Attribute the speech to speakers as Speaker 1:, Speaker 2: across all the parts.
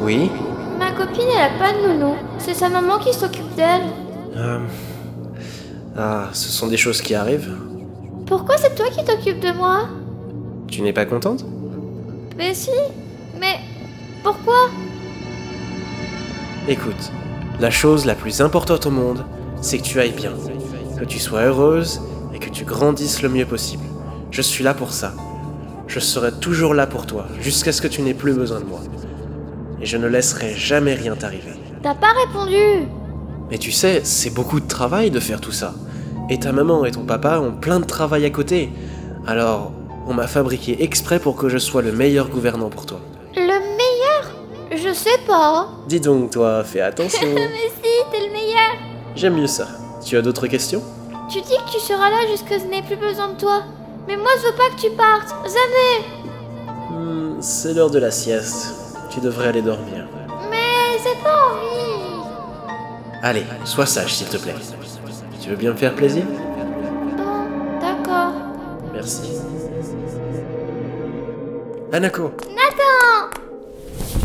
Speaker 1: Oui
Speaker 2: Ma copine, elle a pas de nounou. C'est sa maman qui s'occupe d'elle.
Speaker 1: Euh, Ah, ce sont des choses qui arrivent.
Speaker 2: Pourquoi c'est toi qui t'occupes de moi
Speaker 1: Tu n'es pas contente
Speaker 2: Mais si Mais pourquoi
Speaker 1: Écoute, la chose la plus importante au monde, c'est que tu ailles bien, que tu sois heureuse et que tu grandisses le mieux possible. Je suis là pour ça. Je serai toujours là pour toi, jusqu'à ce que tu n'aies plus besoin de moi. Et je ne laisserai jamais rien t'arriver.
Speaker 2: T'as pas répondu
Speaker 1: Mais tu sais, c'est beaucoup de travail de faire tout ça. Et ta maman et ton papa ont plein de travail à côté. Alors, on m'a fabriqué exprès pour que je sois le meilleur gouvernant pour toi.
Speaker 2: Le meilleur Je sais pas.
Speaker 1: Dis donc, toi, fais attention.
Speaker 2: Mais si, t'es le meilleur
Speaker 1: J'aime mieux ça. Tu as d'autres questions
Speaker 2: Tu dis que tu seras là jusqu'à ce que je n'ai plus besoin de toi. Mais moi, je veux pas que tu partes. Jamais
Speaker 1: Hmm, C'est l'heure de la sieste. Tu devrais aller dormir.
Speaker 2: Mais j'ai pas envie
Speaker 1: Allez, sois sage, s'il te plaît. Tu veux bien me faire plaisir
Speaker 2: Bon, d'accord.
Speaker 1: Merci. Anako
Speaker 2: Nathan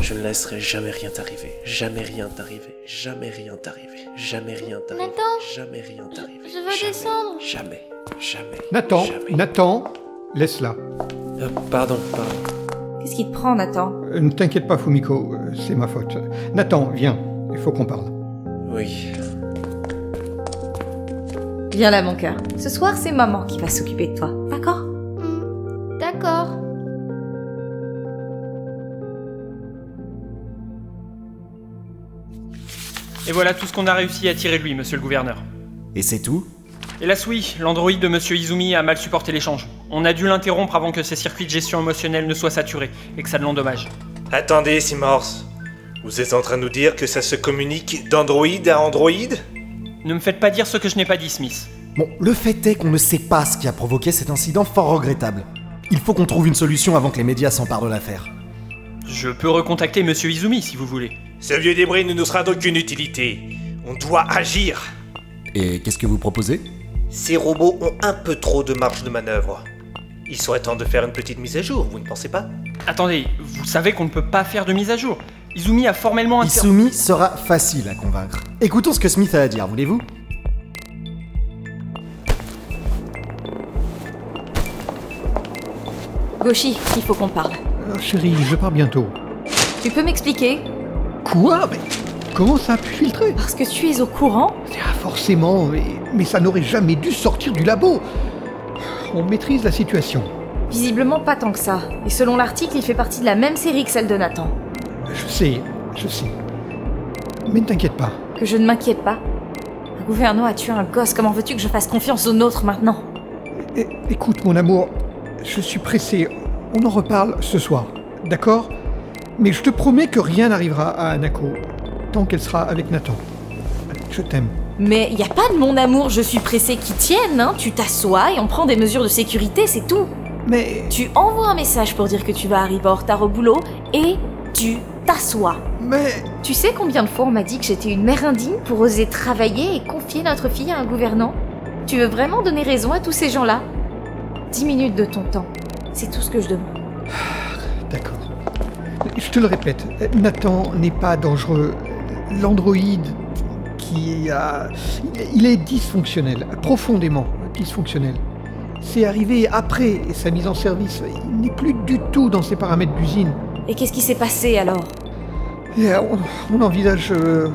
Speaker 1: Je ne laisserai jamais rien t'arriver. Jamais rien t'arriver. Jamais rien t'arriver. Jamais rien t'arriver.
Speaker 2: Nathan
Speaker 1: Jamais rien t'arriver.
Speaker 2: je veux
Speaker 1: Jamais,
Speaker 2: descendre.
Speaker 1: Jamais. Jamais.
Speaker 3: Nathan,
Speaker 1: jamais.
Speaker 3: Nathan, laisse-la.
Speaker 1: Euh, pardon, pardon.
Speaker 4: Qu'est-ce qui te prend, Nathan
Speaker 3: Euh, ne t'inquiète pas, Fumiko, euh, c'est ma faute. Nathan, viens, il faut qu'on parle.
Speaker 1: Oui.
Speaker 4: Viens là, mon cœur. Ce soir, c'est maman qui va s'occuper de toi, d'accord
Speaker 2: Hmm, D'accord.
Speaker 5: Et voilà tout ce qu'on a réussi à tirer de lui, monsieur le gouverneur.
Speaker 6: Et c'est tout
Speaker 5: Hélas oui, l'android de monsieur Izumi a mal supporté l'échange. On a dû l'interrompre avant que ses circuits de gestion émotionnelle ne soient saturés et que ça ne l'endommage.
Speaker 7: Attendez, Simorse. Vous êtes en train de nous dire que ça se communique d'androïde à androïde
Speaker 5: Ne me faites pas dire ce que je n'ai pas dit, Smith.
Speaker 6: Bon, le fait est qu'on ne sait pas ce qui a provoqué cet incident fort regrettable. Il faut qu'on trouve une solution avant que les médias s'emparent de l'affaire.
Speaker 5: Je peux recontacter monsieur Izumi si vous voulez.
Speaker 7: Ce vieux débris ne nous sera d'aucune utilité. On doit agir.
Speaker 6: Et qu'est-ce que vous proposez
Speaker 7: Ces robots ont un peu trop de marge de manœuvre. Il serait temps de faire une petite mise à jour, vous ne pensez pas
Speaker 5: Attendez, vous savez qu'on ne peut pas faire de mise à jour. Izumi a formellement inter-
Speaker 6: Isumi sera facile à convaincre. Écoutons ce que Smith a à dire, voulez-vous
Speaker 4: Goshi, il faut qu'on parle.
Speaker 3: Euh, chérie, je pars bientôt.
Speaker 4: Tu peux m'expliquer
Speaker 3: Quoi Mais comment ça a pu filtrer
Speaker 4: Parce que tu es au courant
Speaker 3: Ah, Forcément, mais, mais ça n'aurait jamais dû sortir du labo. On maîtrise la situation.
Speaker 4: Visiblement pas tant que ça. Et selon l'article, il fait partie de la même série que celle de Nathan.
Speaker 3: Je sais, je sais. Mais ne t'inquiète pas.
Speaker 4: Que je ne m'inquiète pas. Un gouverneur a tué un gosse, comment veux-tu que je fasse confiance aux nôtres maintenant
Speaker 3: É- écoute, mon amour, je suis pressé. On en reparle ce soir, d'accord Mais je te promets que rien n'arrivera à Anako tant qu'elle sera avec Nathan. Je t'aime.
Speaker 4: Mais y a pas de mon amour, je suis pressée qui tienne, hein Tu t'assois et on prend des mesures de sécurité, c'est tout.
Speaker 3: Mais
Speaker 4: Tu envoies un message pour dire que tu vas arriver en retard au boulot et tu t'assois.
Speaker 3: Mais
Speaker 4: Tu sais combien de fois on m'a dit que j'étais une mère indigne pour oser travailler et confier notre fille à un gouvernant Tu veux vraiment donner raison à tous ces gens-là Dix minutes de ton temps, c'est tout ce que je demande.
Speaker 3: d'accord. Je te le répète, Nathan n'est pas dangereux. L'androïde qui a... Il est dysfonctionnel, profondément dysfonctionnel. C'est arrivé après sa mise en service. Il n'est plus du tout dans ses paramètres d'usine.
Speaker 4: Et qu'est-ce qui s'est passé alors
Speaker 3: Et, euh, on, on envisage euh,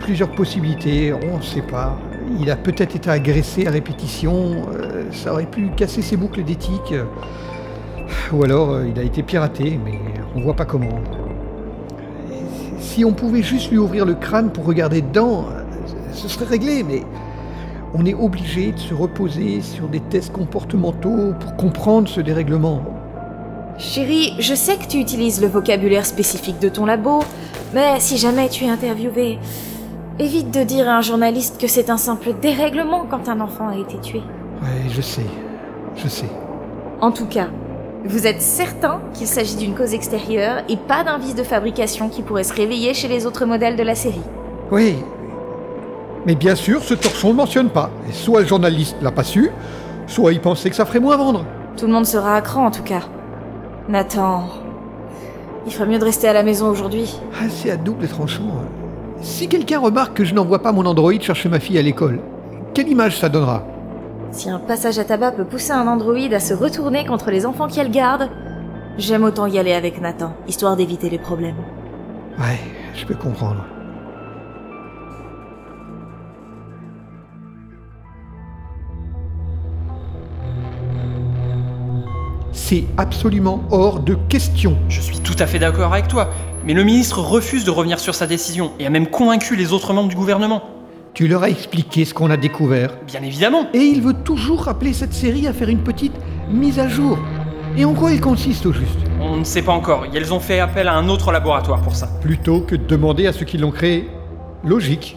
Speaker 3: plusieurs possibilités, on ne sait pas. Il a peut-être été agressé à répétition, euh, ça aurait pu casser ses boucles d'éthique. euh, ou alors euh, il a été piraté, mais on voit pas comment. Et Si on pouvait juste lui ouvrir le crâne pour regarder dedans, euh, ce serait réglé, mais on est obligé de se reposer sur des tests comportementaux pour comprendre ce dérèglement.
Speaker 4: Chérie, je sais que tu utilises le vocabulaire spécifique de ton labo, mais si jamais tu es interviewée, évite de dire à un journaliste que c'est un simple dérèglement quand un enfant a été tué.
Speaker 3: Ouais, je sais, je sais.
Speaker 4: En tout cas, vous êtes certain qu'il s'agit d'une cause extérieure et pas d'un vice de fabrication qui pourrait se réveiller chez les autres modèles de la série.
Speaker 3: Oui. Mais bien sûr, ce torchon ne le mentionne pas. Et soit le journaliste l'a pas su, soit il pensait que ça ferait moins vendre.
Speaker 4: Tout le monde sera à cran en tout cas. Nathan, Il ferait mieux de rester à la maison aujourd'hui.
Speaker 3: Ah, c'est à double tranchant. hein. Si quelqu'un remarque que je n'envoie pas mon androïde chercher ma fille à l'école, quelle image ça donnera
Speaker 4: Si un passage à tabac peut pousser un androïde à se retourner contre les enfants qu'elle garde, j'aime autant y aller avec Nathan, histoire d'éviter les problèmes.
Speaker 3: Ouais, je peux comprendre. C'est absolument hors de question.
Speaker 5: Je suis tout à fait d'accord avec toi, mais le ministre refuse de revenir sur sa décision et a même convaincu les autres membres du gouvernement.
Speaker 3: Tu leur as expliqué ce qu'on a découvert.
Speaker 5: Bien évidemment
Speaker 3: Et il veut toujours rappeler cette série à faire une petite mise à jour. Et en quoi elle consiste au juste
Speaker 5: On ne sait pas encore, et elles ont fait appel à un autre laboratoire pour ça.
Speaker 3: Plutôt que de demander à ceux qui l'ont créé. Logique.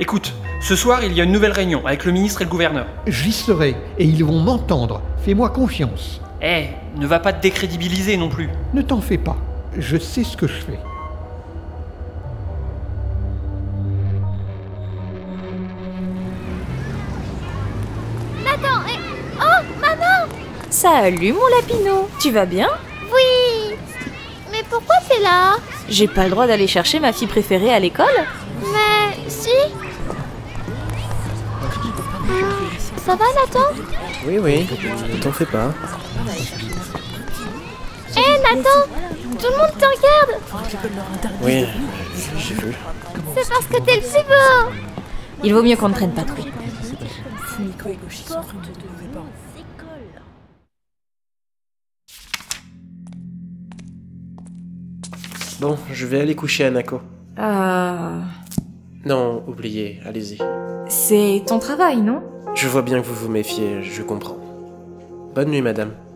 Speaker 5: Écoute, ce soir il y a une nouvelle réunion avec le ministre et le gouverneur.
Speaker 3: J'y serai, et ils vont m'entendre. Fais-moi confiance.
Speaker 5: Eh, ne va pas te décrédibiliser non plus.
Speaker 3: Ne t'en fais pas. Je sais ce que je fais.
Speaker 2: Nathan et... Oh, maman
Speaker 4: Salut mon lapinot Tu vas bien
Speaker 2: Oui Mais pourquoi t'es là
Speaker 4: J'ai pas le droit d'aller chercher ma fille préférée à l'école
Speaker 2: Mais... si Ah, Ça va, Nathan
Speaker 1: Oui, oui, ne t'en fais pas.
Speaker 2: Hé, Eh, Nathan Tout le monde te regarde
Speaker 1: Oui, j'ai vu.
Speaker 2: C'est parce que t'es le plus beau
Speaker 4: Il vaut mieux qu'on ne traîne pas trop.
Speaker 1: Bon, je vais aller coucher Anako.
Speaker 4: Euh...
Speaker 1: Non, oubliez, allez-y.
Speaker 4: C'est ton travail, non
Speaker 1: Je vois bien que vous vous méfiez, je comprends. Bonne nuit, madame.